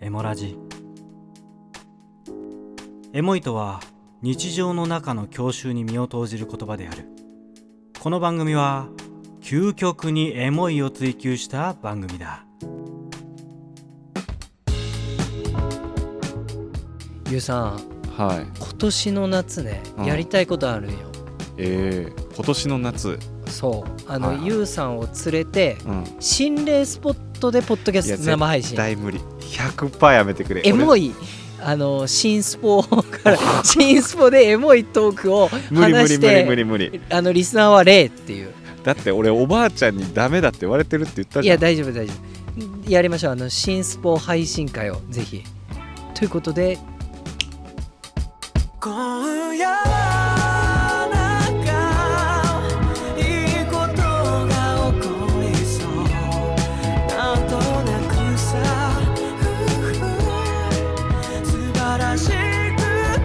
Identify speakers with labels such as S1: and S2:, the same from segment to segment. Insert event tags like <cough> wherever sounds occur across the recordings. S1: エモラジエモいとは日常の中の郷愁に身を投じる言葉であるこの番組は究極にエモいを追求した番組だ
S2: ゆうさん
S3: はい。
S2: 今年の夏ね、
S3: うん
S2: やりたいことあるんよ
S3: えー、今年の夏。
S2: そうあ
S3: はい
S2: の
S3: はい
S2: ゆうさんを連れて
S3: うん。
S2: 心霊スポットでポッドキャスト生配信
S3: 大無理。100%やめてくれ。
S2: エモ
S3: い。
S2: いあの新スポ
S3: <laughs>
S2: から新スポでエモいトークを
S3: 無理無
S2: 話
S3: 理
S2: し
S3: 無理無
S2: て
S3: 理無理。
S2: あのリスナーは0っていう
S3: だって俺おばあちゃんにダメだって言われてるって言った
S2: い
S3: じゃ
S2: や
S3: ん。
S2: 大丈夫大丈夫やりましょうあの新スポ配信会をぜひということで
S1: 今夜なんかいいことが起こりそうなんとなくさふうふう素晴らしく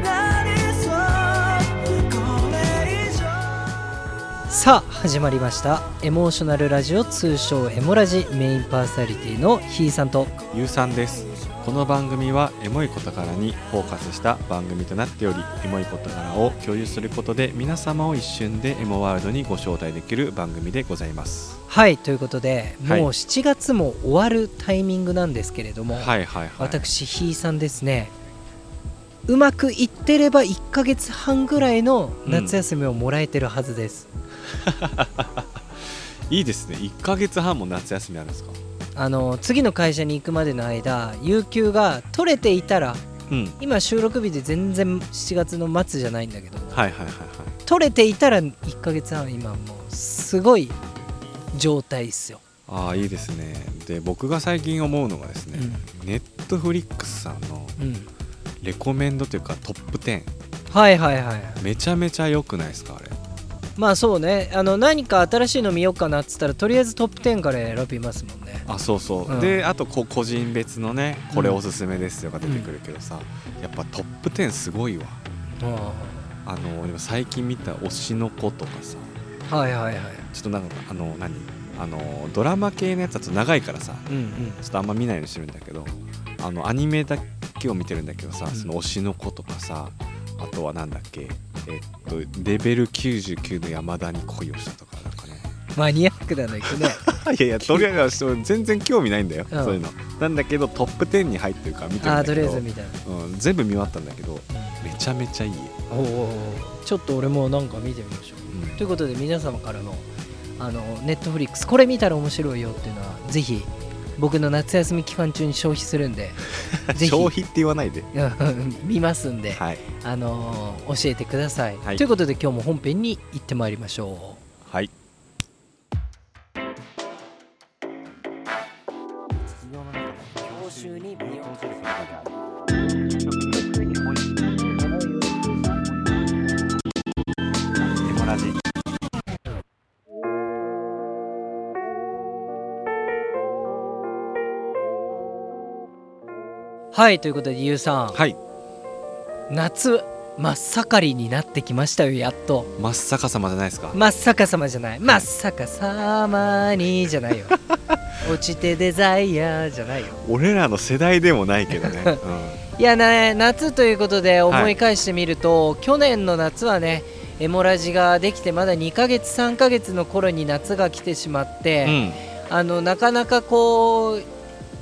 S1: なりそうこれ以上
S2: さあ始まりましたエモーショナルラジオ通称エモラジメインパーソナリティのひーさんと
S3: ゆうさんです。この番組はエモい事柄にフォーカスした番組となっており、エモい事柄を共有することで皆様を一瞬でエモワールドにご招待できる番組でございます。
S2: はいということでもう
S3: はい
S2: 7月も終わるタイミングなんですけれども、
S3: はいはいはい。
S2: 私ひーさんですねうまくいってれば1ヶ月半ぐらいの夏休みをもらえてるはずです、
S3: いいですね。1ヶ月半も夏休みあるんですか。
S2: あの次の会社に行くまでの間有給が取れていたら
S3: うん。
S2: 今収録日で全然7月の末じゃないんだけど
S3: はいはいはいはい。
S2: 取れていたら1ヶ月半今もうすごい状態っすよ、
S3: ああいいですねで僕が最近思うのがですね、ネットフリックスさんの
S2: うん、
S3: レコメンドというかトップ10
S2: はいはいはい
S3: めちゃめちゃ良くないですかあれ
S2: まあそうねあの何か新しいの見ようかなっつったらとりあえずトップ10から選びますもんね
S3: あそうそう、
S2: うん
S3: であとこう個人別のねこれ
S2: うん
S3: おすすめですよが出てくるけどさ、やっぱトップ10すごいわあの今最近見た推しの子とかさ
S2: はいはいはい
S3: ちょっとなんかあの何あのドラマ系のやつだと長いからさ
S2: うんうん
S3: ちょっとあんま見ないようにしてるんだけどあのアニメだけを見てるんだけどさ、
S2: ん
S3: その推しの子とかさあとはなんだっけえっとレベル99の山田に恋をしたとかなんかね
S2: マニアックなんだ <laughs> けどね
S3: <laughs> い <laughs> やいやとりあえずそう全然興味ないんだよ、
S2: うん
S3: そういうのなんだけどトップ10に入ってるから見てるん
S2: あ
S3: だ
S2: あ
S3: け
S2: と
S3: ど
S2: りあえずみたいな
S3: うん、全部見終わったんだけどめちゃめちゃいい、 <laughs>
S2: おうおうおうちょっと俺もなんか見てみましょ
S3: うん
S2: うということで皆様からのあのネットフリックスこれ見たら面白いよっていうのはぜひ僕の夏休み期間中に消費するんで <laughs> ぜひ
S3: 消費って言わないで
S2: うん見ますんで、
S3: <laughs> はい
S2: あのー教えてください、
S3: はい
S2: ということで今日も本編に行ってまいりましょう
S3: はい
S2: 報酬に
S3: エモラジ
S2: はいということでゆうさん、
S3: はい
S2: 夏真っ盛りになってきましたよやっと
S3: 真っ逆さまじゃないですか、
S2: 真っ逆さまじゃない真っ逆さまにじゃ
S3: <laughs>
S2: ないよ落ちてデザイアじゃないよ
S3: 俺らの世代でもないけどね、 <laughs> うん
S2: いやね夏ということで思い返してみると、去年の夏はねエモラジができてまだ2ヶ月3ヶ月の頃に夏が来てしまって、
S3: うん
S2: あのなかなかこう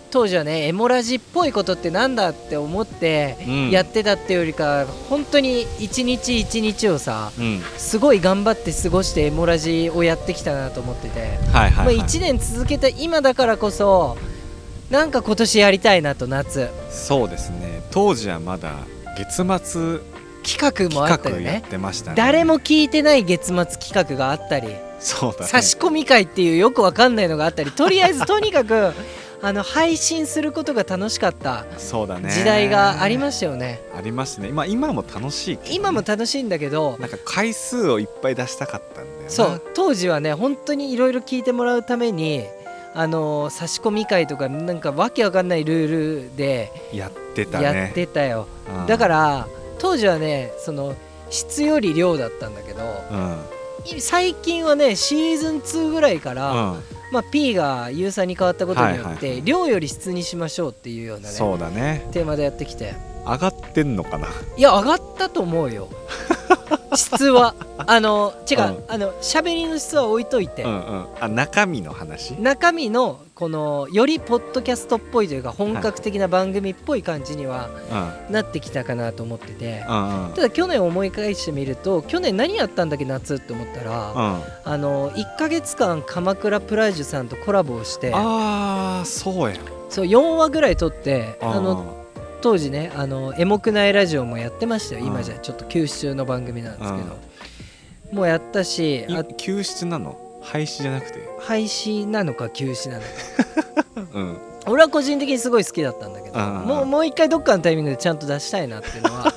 S2: 当時はねエモラジっぽいことってなんだって思って
S3: うん
S2: やってたってよりか、本当に一日一日をさ
S3: うん
S2: すごい頑張って過ごしてエモラジをやってきたなと思ってて、
S3: はいはい、はい
S2: まあ、1年続けた今だからこそなんか今年やりたいなと夏
S3: そうですね当時はまだ月末
S2: 企画もあったよ
S3: 企画やっ
S2: ね
S3: てましたね
S2: 誰も聞いてない月末企画があったり
S3: そうだね
S2: 差し込み会っていうよくわかんないのがあったりとりあえ
S3: <laughs>
S2: ずとにかくあの配信することが楽しかった
S3: そうだね
S2: 時代がありま
S3: し
S2: したよね
S3: ありましたね、まあ、今も楽しいけどね
S2: 今も楽しいんだけど
S3: なんか回数をいっぱい出したかったんだよな
S2: そう当時はね本当にいろいろ聞いてもらうためにあのー差し込み会とかなんかわけわかんないルールで
S3: やってたね
S2: やってたよ
S3: うん
S2: だから当時はねその質より量だったんだけど
S3: うん
S2: 最近はねシーズン2ぐらいから、
S3: うん
S2: まあ、P が有酸に変わったことによ
S3: はい
S2: っ
S3: はいは
S2: て
S3: い
S2: 量より質にしましょうっていうようなね
S3: そうだね
S2: テーマでやってきて
S3: 上がってんのかない
S2: や上がったと思
S3: <laughs>
S2: うよ質はあの違う、
S3: うん
S2: あの喋りの質は置いといて、
S3: うんうんあ中身の話
S2: 中身のこのよりポッドキャストっぽいというか本格的な番組っぽい感じには
S3: うんうん
S2: なってきたかなと思ってて、
S3: うん
S2: ただ去年思い返してみると去年何やったんだっけ夏って思ったら、
S3: うん
S2: あの1ヶ月間鎌倉プライジュさんとコラボをして
S3: ああそうや
S2: そう4話ぐらい撮ってあの
S3: の
S2: 当時ねあのエモくないラジオもやってましたよ
S3: うん
S2: 今じゃちょっと休止中の番組なんですけどもうやったしあ
S3: 休止なの廃止じゃなくて
S2: 廃止なのか休止なのか
S3: うん
S2: 俺は個人的にすごい好きだったんだけど
S3: うん
S2: もうもう一回どっかのタイミングでちゃんと出したいなっていうのは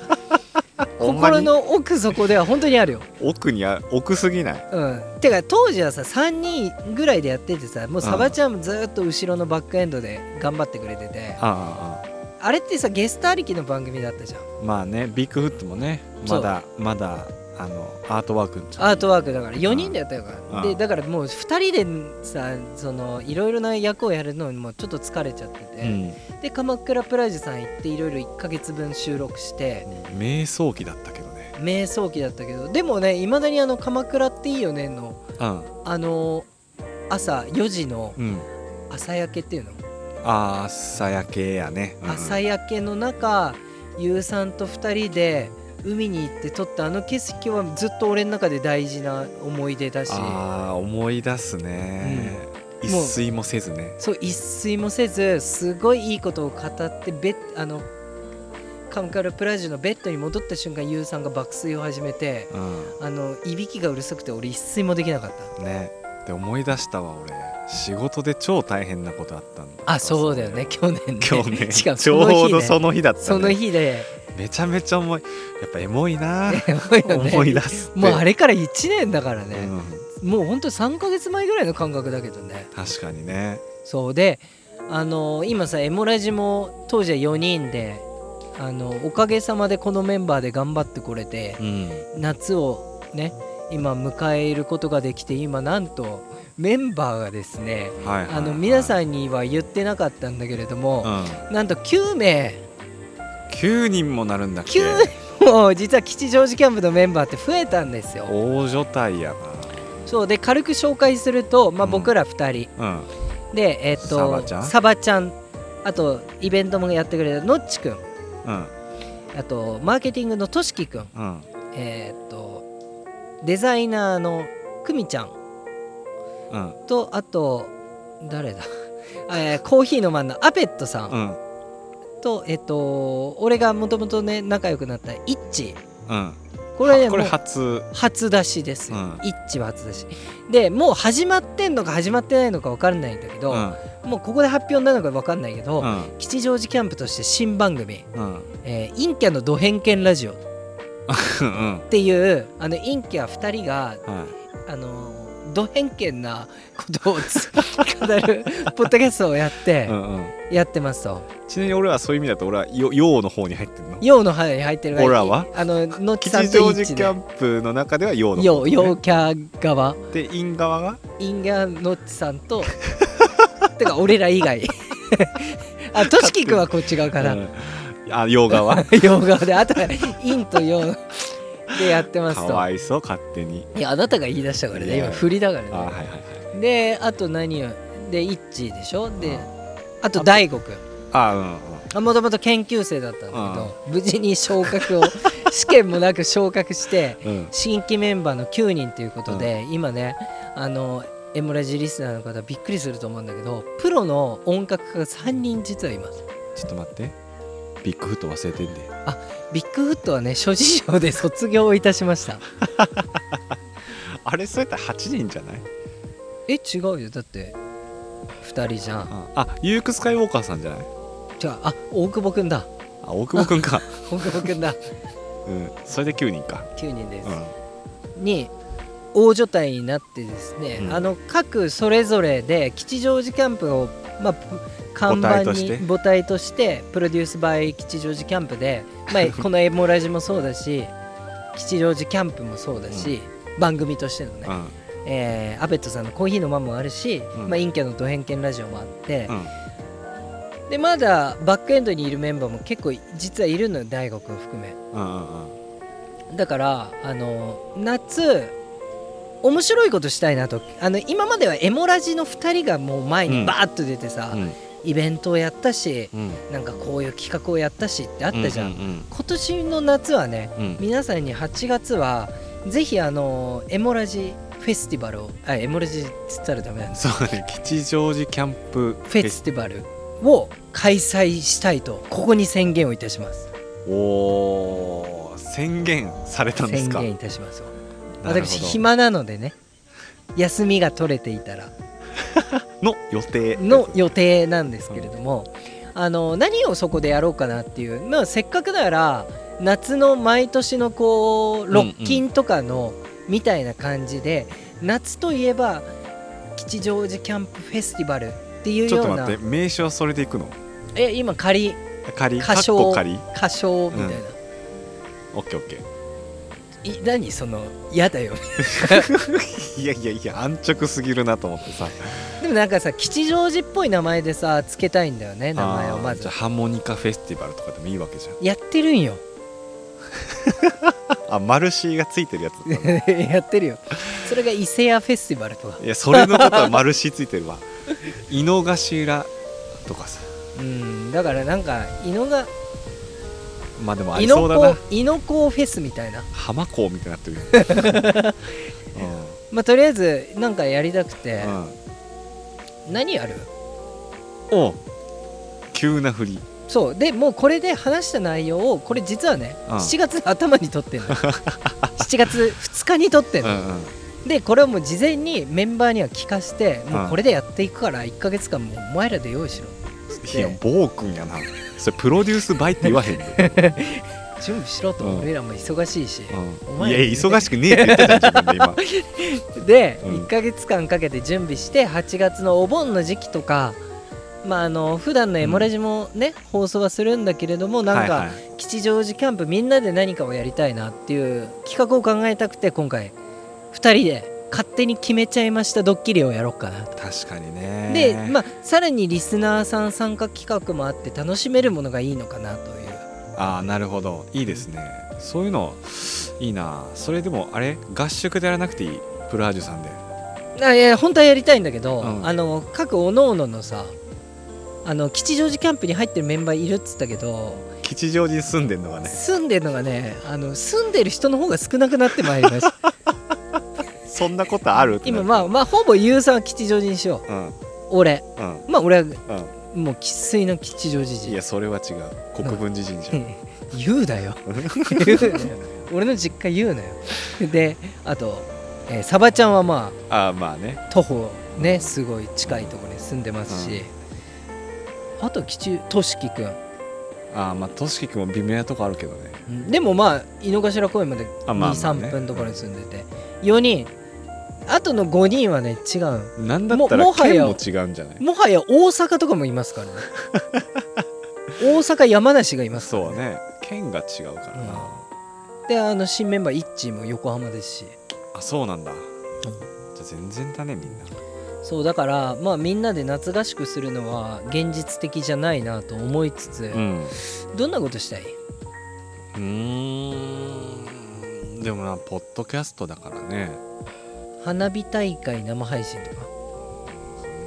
S3: ほんまに
S2: 心の奥底では本当にあるよ。
S3: 奥にあ奥すぎない
S2: うん、てか当時はさ3人ぐらいでやっててさもうサバちゃんもずーっと後ろのバックエンドで頑張ってくれてて
S3: ああ
S2: あれってさゲストありきの番組だったじゃん
S3: まあねビッグフットもねまだまだあのアートワークの時
S2: アートワークだから4人でやったから
S3: うん
S2: でだからもう2人でさそのいろいろな役をやるのにもうちょっと疲れちゃって
S3: う
S2: て、
S3: ん
S2: で鎌倉プライジュさん行っていろいろ1ヶ月分収録して
S3: 瞑想期だったけどね
S2: 瞑想期だったけどでもねいまだにあの「鎌倉っていいよね」の
S3: うん
S2: あの朝4時の
S3: うん
S2: 朝焼けっていうの
S3: ああ朝焼けやねうん
S2: 朝焼けの中ゆうさんと2人で海に行って撮ったあの景色はずっと俺の中で大事な思い出だし
S3: ああ思い出すね
S2: うん
S3: 一睡もせずね
S2: そう一睡もせずすごいいいことを語ってベッあのカムカルプラジュのベッドに戻った瞬間ゆうさんが爆睡を始めて
S3: うん
S2: あのいびきがうるさくて俺一睡もできなかっ
S3: ねで思い出したわ俺仕事で超大変なことあったんだ
S2: たあそうだよね去年ね
S3: 今日
S2: <laughs>
S3: ね
S2: しかも
S3: ち
S2: そ
S3: ょ
S2: の日、ね、
S3: うどその日だったね
S2: その日で
S3: めちゃめちゃ重いやっぱエモいな
S2: <laughs>
S3: 思
S2: 思
S3: い出すって
S2: もうあれから1年だから
S3: う
S2: ね、
S3: ん
S2: もうほんと3ヶ月前ぐらいの感覚だけどね
S3: 確かにね
S2: そうであの今さエモラジも当時は4人であのおかげさまでこのメンバーで頑張ってこれて、
S3: うん
S2: 夏をね今迎えることができて今なんとメンバーがです
S3: <laughs>
S2: ね
S3: はいはいはい
S2: あの皆
S3: ん
S2: さんには言ってなかったんだけれども、なんと9名
S3: 9人もなるんだっけ
S2: 9名も実は吉祥寺キャンプのメンバーって増えたんですよ。
S3: 大所帯や
S2: そうで軽く紹介すると、まあ、
S3: うん
S2: 僕ら2人、
S3: なうん
S2: でえっ、と
S3: サバちゃん
S2: サバちゃんあとイベントもやってくれたノッチくん
S3: うん
S2: あとマーケティングのとしきくん
S3: うん
S2: えっ、とデザイナーのくみちゃん
S3: うん
S2: とあと誰だ、 <laughs> えーコーヒーのマンのアペットさ
S3: うんん
S2: と、えっと俺がもともとね仲良くなったイッチ
S3: うん
S2: これね
S3: はこれ
S2: もう
S3: 初
S2: 初出しですよ、
S3: うん
S2: イッチは初出しでもう始まってんのか始まってないのか分かんないんだけ
S3: う
S2: ど、
S3: ん
S2: もうここで発表になるのか分かんないけど、
S3: うん
S2: 吉祥寺キャンプとして新番組
S3: うん
S2: 「えー、陰キャのド偏見ラジオ」っ
S3: うん
S2: ていうあの陰キャ2人が
S3: はい
S2: あのード偏見なことをつ語るポッドキャストをやって
S3: うんうん
S2: やってますと。
S3: ちなみに俺はそういう意味だと俺はよ陽の方に入ってるの
S2: 陽の範囲に入ってる
S3: オラは
S2: あののっちさ
S3: 吉
S2: んと
S3: 祥
S2: イッ
S3: 寺
S2: チ
S3: キ
S2: で
S3: ャンプの中では陽の
S2: 陽
S3: 方、
S2: 陽キャ側
S3: で陰側が
S2: インギャーノッチさん
S3: <laughs>
S2: とてか俺ら以外 <laughs> あとしきくんはこっち側か
S3: う
S2: ら
S3: んあ陽 <laughs> 側
S2: 陽側であとはインと陽でやってます
S3: か
S2: と
S3: わいそう勝手に
S2: いやあなたが言い出したからね
S3: いや
S2: 今振りだか
S3: あ
S2: ら
S3: は
S2: ね
S3: いはいはい
S2: であと何をでイッチーでしょで
S3: うん
S2: あと大悟くん
S3: あうんうん
S2: あもともと研究生だったんだけど、無事に昇格を <laughs> 試験もなく昇格して
S3: うん
S2: 新規メンバーの9人ということで、今ねあのエムラジリスナーの方びっくりすると思うんだけどプロの音楽家が3人実はいます
S3: ちょっと待ってビッグフット忘れてんで
S2: ビッグフットはね諸事情で卒業をいたしました
S3: あれそうやったら8人じゃない
S2: <laughs> え違うよだって2人じゃん
S3: ああユークスカイウォーカーさんじゃない
S2: 違うあ大久保くんだ
S3: あ大久保く
S2: <laughs>
S3: んか
S2: 大久保くんだ
S3: うんそれで9人か
S2: 9人です、
S3: う
S2: に大所帯になってですね、
S3: うん
S2: あの各それぞれで吉祥寺キャンプを、まあ、ぷ看板
S3: 母体と
S2: に
S3: して
S2: 母体としてプロデュースバイ吉祥寺キャ
S3: <laughs>
S2: ンプで、まあ、このエモラジもそうだし吉祥寺キャンプもそうだし、番組としてのね、
S3: うん
S2: えーアベットさんの「コーヒーの間」もあるし、
S3: う
S2: ま
S3: ん
S2: あ、陰キャのド偏見ラジオもあって、
S3: うん
S2: でまだバックエンドにいるメンバーも結構実はいるのよ大悟くん含め
S3: うんうんうん
S2: だからあの夏面白いことしたいなとあの今まではエモラジの2人がもう前
S3: う
S2: に
S3: ん
S2: バーッと出てさ、
S3: うん
S2: イベントをやったし
S3: うん
S2: なんかこういう企画をやったしってあったじゃん、
S3: うんうん
S2: 今年の夏はね
S3: うんうん
S2: 皆さんに8月はぜひあのエモラジフェスティバルをあエモラジっつったらダメなんです
S3: そうね吉祥寺キャンプ
S2: フェスティバルを開催したいとここに宣言をいたします
S3: おー宣言されたんです
S2: 宣
S3: か
S2: 言いたします
S3: なるほど
S2: 私暇なのでね休みが取れていたら
S3: の予定
S2: の予定なんですけれども、あの何をそこでやろうかなっていう、まあ、せっかくだから夏の毎年のこうロッキンとかのみたいな感じで、夏といえば吉祥寺キャンプフェスティバルっていう
S3: ちょ
S2: よ
S3: っと
S2: う
S3: 待
S2: な
S3: って名称はそれでいくの
S2: え今仮
S3: 仮
S2: 歌唱
S3: かっこ仮
S2: 歌唱みたいな、
S3: オッケーオッケー
S2: い何その嫌だよ <laughs>
S3: いやいやいや安直すぎるなと思ってさ
S2: でもなんかさ吉祥寺っぽい名前でさつけたいんだよね名前をま
S3: あー
S2: ず
S3: じゃあハーモニカフェスティバルとかでもいいわけじゃん
S2: やってるんよ <laughs>
S3: あマルシーがついてるやつだったの
S2: やってるよそれが伊勢屋フェスティバルとか
S3: いやそれのことはマルシーついて
S2: <laughs>
S3: るわ井の頭とかさ
S2: うんだからなんか井のが
S3: まあでもあ
S2: イ
S3: り
S2: ノ
S3: そうだな
S2: コイノコフェスみたいな
S3: 浜港みたいになってるよ、
S2: <laughs> まあとりあえずなんかやりたくて
S3: う、んうん
S2: 何やる
S3: おう急な振り
S2: そうでもうこれで話した内容をこれ実はね、
S3: うん
S2: 7月の頭に撮ってん
S3: <laughs>
S2: の7月2日に撮ってん
S3: う
S2: の、
S3: んうん
S2: でこれをもう事前にメンバーには聞かしても
S3: ん
S2: うこれでやっていくから1か月間もうお前らで用意しろ
S3: いや暴君やなそれプロデュースバイって言わへんで、
S2: 準備しろと、
S3: うん
S2: 俺らも忙しいし、 <laughs> お
S3: うん、い
S2: 前
S3: や忙しくねえって言ったじゃん自分で今
S2: で、
S3: うん
S2: 1か月間かけて準備して8月のお盆の時期とかまああの普段のエモラジもね、放送はするんだけれども <laughs> なん
S3: はい
S2: か
S3: はい
S2: 吉祥寺キャンプみんなで何かをやりたいなっていう企画を考えたくて今回2人で勝手に決めちゃいましたドッキリをやろうかなと。
S3: 確かにね
S2: で、まあ、さらにリスナーさん参加企画もあって楽しめるものがいいのかなという
S3: ああなるほどいいですねそういうのいいなそれでもあれ合宿でやらなくていいプラージュさんで
S2: あいや本当はやりたいんだけど、
S3: うん
S2: あの各おのおののさあの吉祥寺キャンプに入ってるメンバーいるっつったけど
S3: 吉祥寺に住んでんのがね
S2: 住んでるのがねあの住んでる人の方が少なくなってまいりました
S3: <laughs> そんなことある
S2: 今まあまあほぼ優さんは吉祥寺にしよう
S3: あ
S2: 俺
S3: うんうん
S2: まあ俺は
S3: う
S2: もう生粋の吉祥寺
S3: ん
S2: <laughs>
S3: い
S2: 人
S3: やそれは違う国分寺神社
S2: 言うだよ <laughs> 言うだよ俺の実家言うなよであと、えーサバちゃんはまあ
S3: <laughs> ああまあね
S2: 徒歩ねすごい近いところに住んでますし、あと吉としきくん
S3: ああまあとしきくんも微妙なとこあるけどね
S2: うんでもまあ井の頭公園まで
S3: あまあまあね
S2: 23分ところに住んでて4人あとの5人はね違う
S3: なんだったら
S2: ももは
S3: 県
S2: や
S3: も違うんじゃない
S2: もはや大阪とかもいます
S3: <laughs>
S2: からね大阪山梨がいますから
S3: そうね県が違うからな、
S2: うんであの新メンバーイッチーも横浜ですし
S3: あそうなんだ、じゃあ全然だねみんな
S2: そうだからまあみんなで夏合宿するのは現実的じゃないなと思いつつ、
S3: ん
S2: どんなことしたい、
S3: うーんでもなポッドキャストだからね
S2: 花火大会生配信と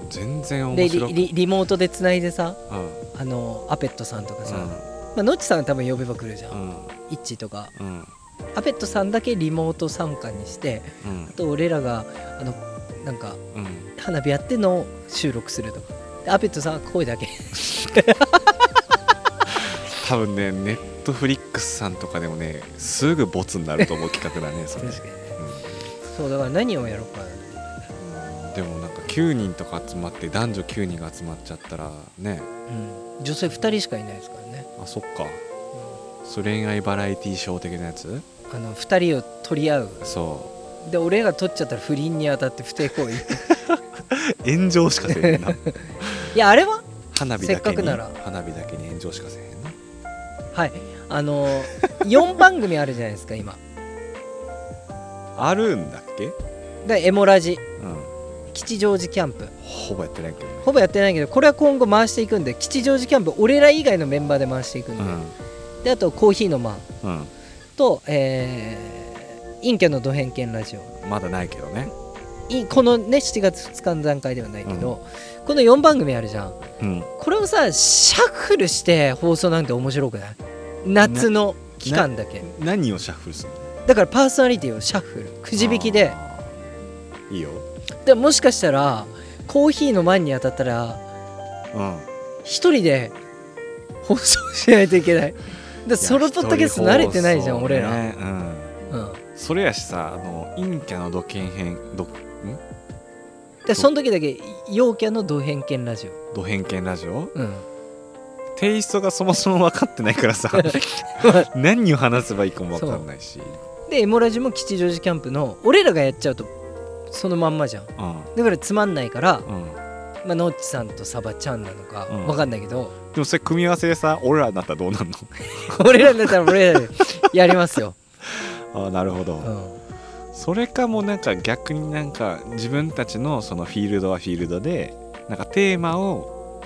S3: 全然
S2: かで
S3: 面白
S2: リ
S3: く
S2: リリモートでつないでさ
S3: うん
S2: あのアペットさんとかさ、
S3: うん
S2: まあ、のっちさんは多分呼べば来るじゃん、
S3: うん
S2: イッチーとか
S3: うん
S2: アペットさんだけリモート参加にして
S3: うん
S2: あと俺らがあのなんか
S3: うん
S2: 花火やってんのを収録するとかでアペットさんは声だけ
S3: 多分ねネットフリックスさんとかでもねすぐボツになると思う企画だねそれ、うん
S2: 確かにそうだから何をやろうか
S3: でもなんか9人とか集まって男女9人が集まっちゃったらね
S2: な、うん、女性2人しかいないですからね、
S3: あそっかそう恋愛バラエティーショー的なやつ
S2: うん、あの2人を取り合う
S3: そ
S2: で俺らが取っちゃったら不倫に当たって不貞行為 <laughs>
S3: う炎上しかせえへんな
S2: いやあれは
S3: 花火だけに
S2: せっかくなら
S3: 花火だけに炎上しかせえへんな
S2: はいあの4番組あるじゃないですか今
S3: あるんだっけ、
S2: でエモラジ
S3: うん、
S2: 吉祥寺キャンプ
S3: ほぼやってないけどね、
S2: ほぼやってないけどこれは今後回していくんで吉祥寺キャンプ俺ら以外のメンバーで回していくんで,、であとコーヒーの間
S3: うん
S2: と、えー、陰キャのド偏見ラジオ
S3: うん、まだないけどね、
S2: いこのね7月2日の段階ではないけど、この4番組あるじゃん
S3: うん、
S2: これをさシャッフルして放送なんて面白くない夏の期間だけ、
S3: 何をシャッフルするの
S2: だからパーソナリティをシャッフルくじ引きで
S3: あーいいよ、
S2: でもしかしたらコーヒーの前に当たったら
S3: うん、
S2: 一人で放送しないといけないだソロポッドキャスト慣れてないじゃん、俺ら、
S3: ら、うん、
S2: うん、
S3: それやしさあの陰キャの土建編ど
S2: でその時だけ陽キャの同偏見ラジオ
S3: 土偏見ラジオ <laughs>
S2: うん
S3: テイストがそもそも分かってないから
S2: <laughs>
S3: さ何を話せばいいかも分かんないし
S2: でエモラジも吉祥寺キャンプの俺らがやっちゃうとそのまんまじゃん
S3: うん
S2: だからつまんないから、
S3: うん
S2: まあのっちさんとサバちゃんなのか、
S3: うん
S2: わかんないけど
S3: でもそれ組み合わせでさ俺らになったらどうなんの <laughs>
S2: 俺らだったら俺らでやりますよ、
S3: ああなるほど、
S2: うん、
S3: それかもうなんか逆になんか自分たちのそのフィールドはフィールドでなんかテーマを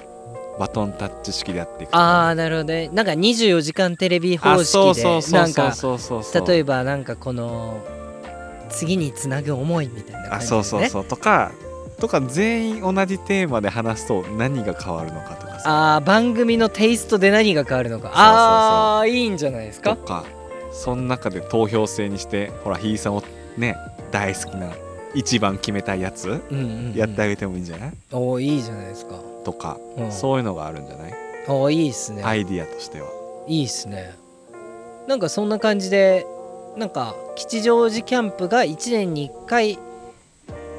S3: バトンタッチ式でやっていく
S2: あ
S3: あ
S2: あなるほどねなんか24時間テレビ方式でなんか
S3: そうそうそう
S2: 例え
S3: ば
S2: ばなんかこの次につなぐ思いみたいな感
S3: あ
S2: じ
S3: そう
S2: で
S3: そう
S2: ね
S3: そうとかとか全員同じテーマで話すと何が変わるのかとかさ
S2: あー番組のテイストで何が変わるのか
S3: そうそうそう
S2: ああーいいんじゃないです
S3: と
S2: か
S3: かその中で投票制にしてほらひいさんをね大好きな一番決めたいやつ
S2: うんうんうん
S3: やってあげてもいいんじゃない、
S2: おーいいじゃないですか、
S3: とか、
S2: うん、
S3: そういうのがあるんじゃない
S2: おーいいっすね、
S3: ア
S2: い、
S3: イディアとしては。
S2: いっすねなんかそんな感じでなんか吉祥寺キャンプが1年に1回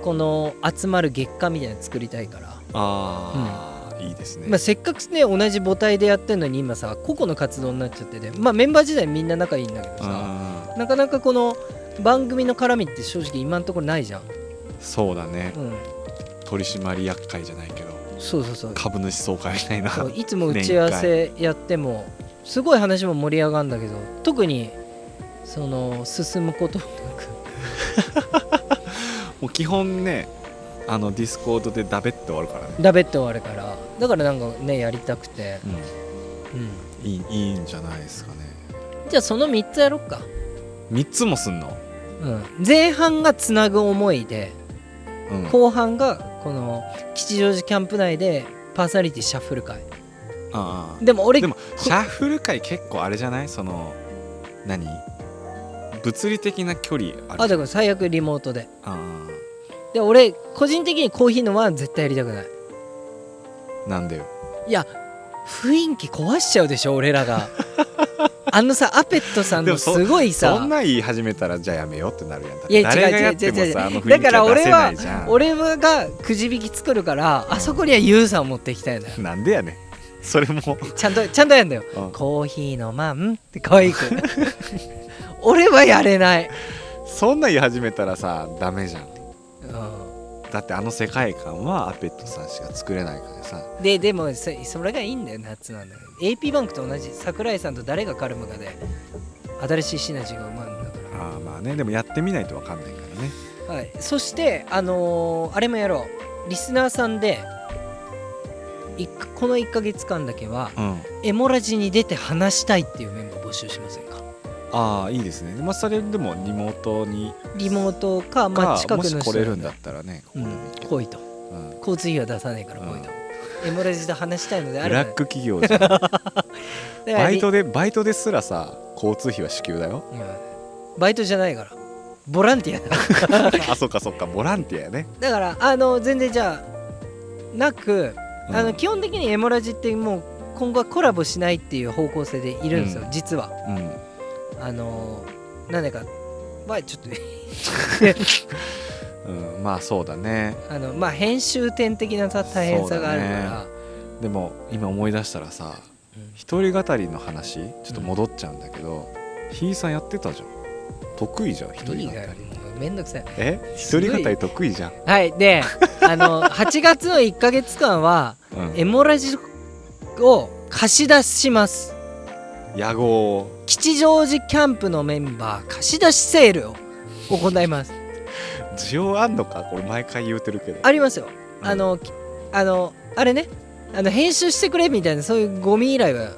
S2: この集まる月間みたいなの作りたいから、
S3: ああ、いいですね。
S2: まあ、せっかくね同じ母体でやってるのに今さ個々の活動になっちゃってて、まあ、メンバー時代みんな仲いいんだけどさ
S3: あ
S2: なかなかこの番組の絡みって正直今のところないじゃん、
S3: そうだね
S2: うん、
S3: 取締役会じゃないけど
S2: そうそうそう
S3: 株主総会みたいな
S2: そういつも打ち合わせやってもすごい話も盛り上がるんだけど特にその進むことなく
S3: もう基本ねあのディスコードでダベって終わるからね、
S2: だべって終わるからだからなんかねやりたくて、うん、
S3: いいいいんじゃないですかね
S2: じゃあその3つやろっか、
S3: 3つもすんの、
S2: うん、前半がつなぐ思いで
S3: うん
S2: 後半がこの吉祥寺キャンプ内でパーソナリティシャッフル会
S3: ああ
S2: でも俺
S3: でもシャッフル会結構あれじゃないその何物理的な距離ある
S2: あだから最悪リモートで
S3: あ
S2: で俺個人的にコーヒーのは絶対やりたくない
S3: あなんだよ
S2: いや雰囲気壊しちゃうでしょ俺ら
S3: <laughs>
S2: があのさアペットさん
S3: で
S2: の
S3: もそ
S2: すごい
S3: そ
S2: さ
S3: んなん言い始めたらじゃあやめようってなるやんだって
S2: いや違う
S3: 誰がやっても
S2: 違う違う
S3: さあの雰
S2: だ
S3: 囲気
S2: から
S3: は出
S2: 俺
S3: せ
S2: は
S3: ないじゃん
S2: 俺がくじ引き作るからあそこにはユウさんを持っていきたいのよ
S3: <laughs> なんでやねんそれも
S2: ちゃんとちゃんとやんだよ
S3: うん
S2: コーヒーのマンって可愛く <laughs> 俺はやれない、
S3: そんなん言い始めたらさダメじゃん
S2: う
S3: だってあの世界観はアペットさんしか作れないからさ
S2: ん、ででもそそれがいいんだよ夏なんだよ AP バンクと同じ桜井さんと誰が絡むかで新しいシナジーが生まるんだから
S3: ああまあねでもやってみないと分かんないからね
S2: はい、そして、あのーあれもやろうリスナーさんでいっこの1ヶ月間だけは
S3: うん
S2: エモラジに出て話したいっていうメンバー募集しませんか
S3: ああいいですねまあそれでもリモートに
S2: リモートか、まあ、
S3: か
S2: 近く
S3: も
S2: の
S3: し
S2: 人
S3: 来れるんだったらねこ
S2: う
S3: こで
S2: ん
S3: もいいけど、
S2: 来いと
S3: うん
S2: 交通費は出さないから来いと、エモラジと話したいのであ
S3: ブ
S2: れば
S3: ラック企業じゃ
S2: <laughs>
S3: ん
S2: だから
S3: バイトでバイトですらさ交通費は支給だ
S2: <laughs>
S3: よ
S2: うんバイトじゃないからボランティアだ <laughs>
S3: あそっかそっかボランティアやね、
S2: だからあの全然じゃあなく
S3: うん
S2: あの基本的にエモラジってもう今後はコラボしないっていう方向性でいるんですよ、
S3: う
S2: 実は。
S3: うん
S2: あのー、なんだか、まあ、ちょっと
S3: うん、まあそうだね
S2: <laughs> あの、まあ、編集点的なさ大変さがあるから、
S3: でも今思い出したらさ
S2: うん
S3: 一人語りの話ちょっと戻っちゃうんだけど、ひいさんやってたじゃん得意じゃん一人語
S2: い
S3: り
S2: いがもうめんどくさい。
S3: え
S2: す
S3: 一
S2: ごい
S3: 人語り得意じゃん、
S2: はい、で、あの <laughs> 8月の1か月間は、
S3: うん、
S2: エモラジを貸し出します。
S3: 野号
S2: 吉祥寺キャンプのメンバー貸し出しセールを行います
S3: 需要あんのかこれ毎回言うてるけど
S2: ありますよ
S3: うん
S2: あの、きあのあれねあの編集してくれみたいなそういうゴミ依頼は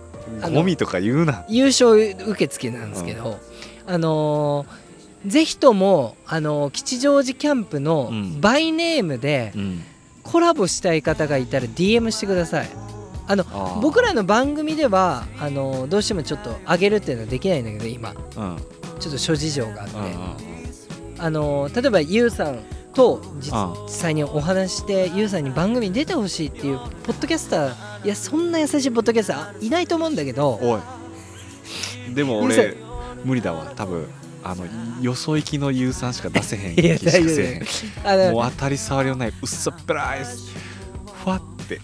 S2: あの
S3: ゴミとか言うな
S2: 優勝受付なんですけど、あのーぜひとも、あのー吉祥寺キャンプの
S3: うん
S2: バイネームで
S3: うん
S2: コラボしたい方がいたら DM してくださいあの
S3: あー
S2: 僕らの番組ではあのーどうしてもちょっと上げるっていうのはできないんだけど今
S3: うん
S2: ちょっと諸事情があって、
S3: うんうん
S2: あのー例えば YOU さんと実
S3: あ
S2: 際にお話しして YOU さんに番組に出てほしいっていうポッドキャスターいやそんな優しいポッドキャスターいないと思うんだけど
S3: おいでも
S2: うる
S3: 俺無理だわ多分あのよそ行きの有酸しか出せへん
S2: いや
S3: 気しか
S2: 大丈夫
S3: せ
S2: だよあ
S3: えへ
S2: の
S3: んもう当たり障りのないうっさっぺらいふわって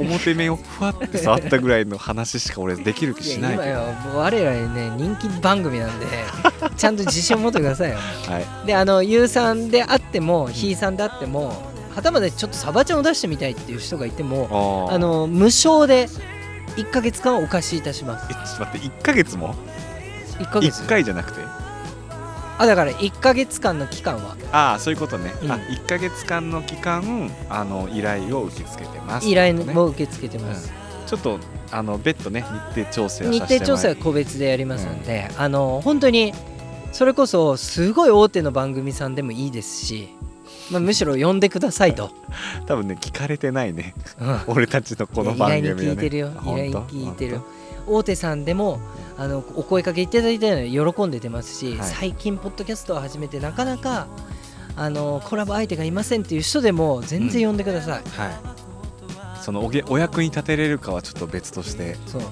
S3: 表面をふわって触ったぐらいの話しか俺できる気
S2: いや
S3: しない
S2: 今
S3: けど
S2: よもう我らね人気番組なん
S3: <laughs>
S2: でちゃんと自信を持ってくださいよ
S3: はい
S2: であの U さんであってもひいさんであってもはたまたちょっとサバちゃんを出してみたいっていう人がいても
S3: あー
S2: あの無償で1ヶ月間お貸しいたします
S3: えちょっと待って1ヶ月も
S2: 1ヶ月
S3: 1回じゃなくて
S2: あだから1ヶ月間の期間は
S3: ああそういうことね、
S2: うん
S3: あ1か月間の期間あの依頼を受け付けてます
S2: 依頼
S3: ね
S2: も受け付けてます、
S3: ちょっとあの別途ね日程調整は
S2: 日
S3: させて
S2: 程
S3: もら
S2: 調整
S3: い
S2: は個別でやりますので、あの本当にそれこそすごい大手の番組さんでもいいですし、まあ、むしろ呼んでくださいと。
S3: 多分ね聞かれてないね
S2: うん
S3: <laughs> 俺たちのこの
S2: い
S3: 番
S2: や
S3: 組
S2: 依
S3: は、
S2: 頼に聞い
S3: ね、
S2: てるよ
S3: あ
S2: 依頼に
S3: 本当
S2: 聞いてる
S3: 本
S2: 大手さんでもあのお声かけいただいたのは喜んで出ますし、
S3: はい
S2: 最近ポッドキャストを始めてなかなかあのコラボ相手がいませんっていう人でも全然呼んでください、
S3: 当はいそのおげお役に立てれるかはちょっと別として
S2: そう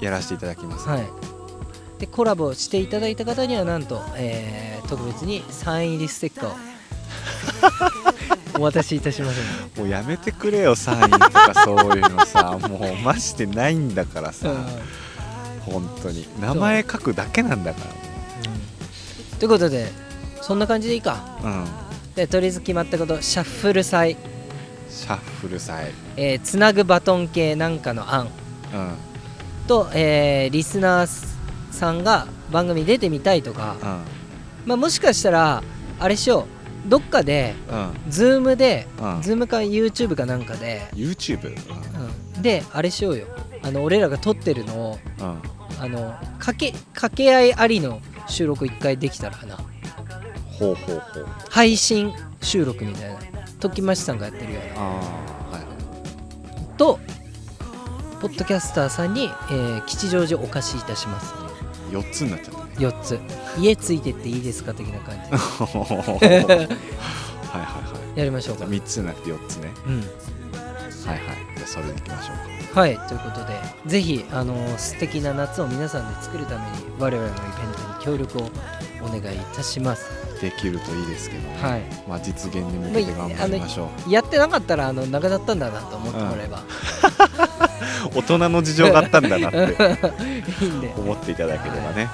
S3: やらせていただきます、
S2: はいでコラボしていただいた方にはなんと、えー特別にサイン入りステッカーをお渡しいたしますので
S3: もうやめてくれよサインとかそういうのさ <laughs> もうマジでないんだからさ、本当に名前書くだけなんだか
S2: うんということでそんな感じでいいから
S3: うん
S2: でとりあえず決まったことシャッフル祭
S3: シャッフルさえ
S2: えーつなぐバトン系なんかの案
S3: うん
S2: と、えーリスナーさんが番組に出てみたいとか、
S3: うん
S2: まあ、もしかしたらあれしようどっかで
S3: うん
S2: ズームで、
S3: うん
S2: ズームか YouTube かなんかで、
S3: YouTube
S2: うんであれしようよあの俺らが撮ってるのを
S3: うん、うん、
S2: あの掛け掛け合いありの収録一回できたらな
S3: ほうほうほう
S2: 配信収録みたいな時ましさんがやってるような
S3: ああはい
S2: とポッドキャスターさんに、えー吉祥寺お貸しいたします
S3: 4つになっちゃったね
S2: 4つ家ついてっていいですか的な感 <laughs> じで
S3: <laughs> はいはいはい
S2: やりましょう
S3: じ
S2: か
S3: ゃあ3つじゃなくて4つね
S2: うん
S3: はいはいじゃあそれでいきましょうか
S2: はいということでぜひあの素敵な夏を皆さんで作るために我々のイベントに協力をお願いいたします
S3: できるといいですけどね、
S2: はい
S3: まあ、実現に向けて頑張りましょう
S2: やってなかったらあのなくなったんだなと思ってもらえば、
S3: 大人の事情があったんだなって
S2: いいんで
S3: 思っていただければね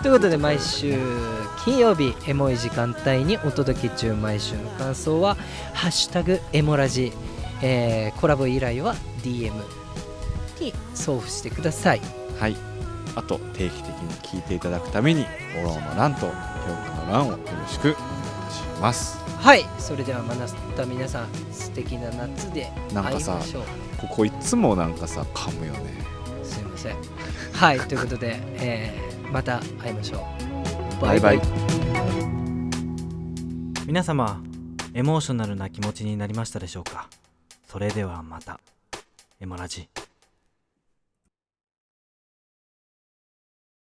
S2: ということで毎週金曜日エモい時間帯にお届け中毎週の感想は「ハッシュタグエモラジ」えーコラボ依頼は DM に送付してください
S3: はいあと定期的に聞いていただくためにフォローの欄と評価の欄をよろしくお願いします
S2: はいそれではまた皆さん素敵な夏で
S3: なん
S2: 会
S3: か
S2: い
S3: さ
S2: ましょう
S3: ここいつもなんかさ噛むよね
S2: すいませんはいということで、えーまた会いましょう
S3: バイバイ
S4: 皆様エモーショナルな気持ちになりましたでしょうかそれではまたエモラジ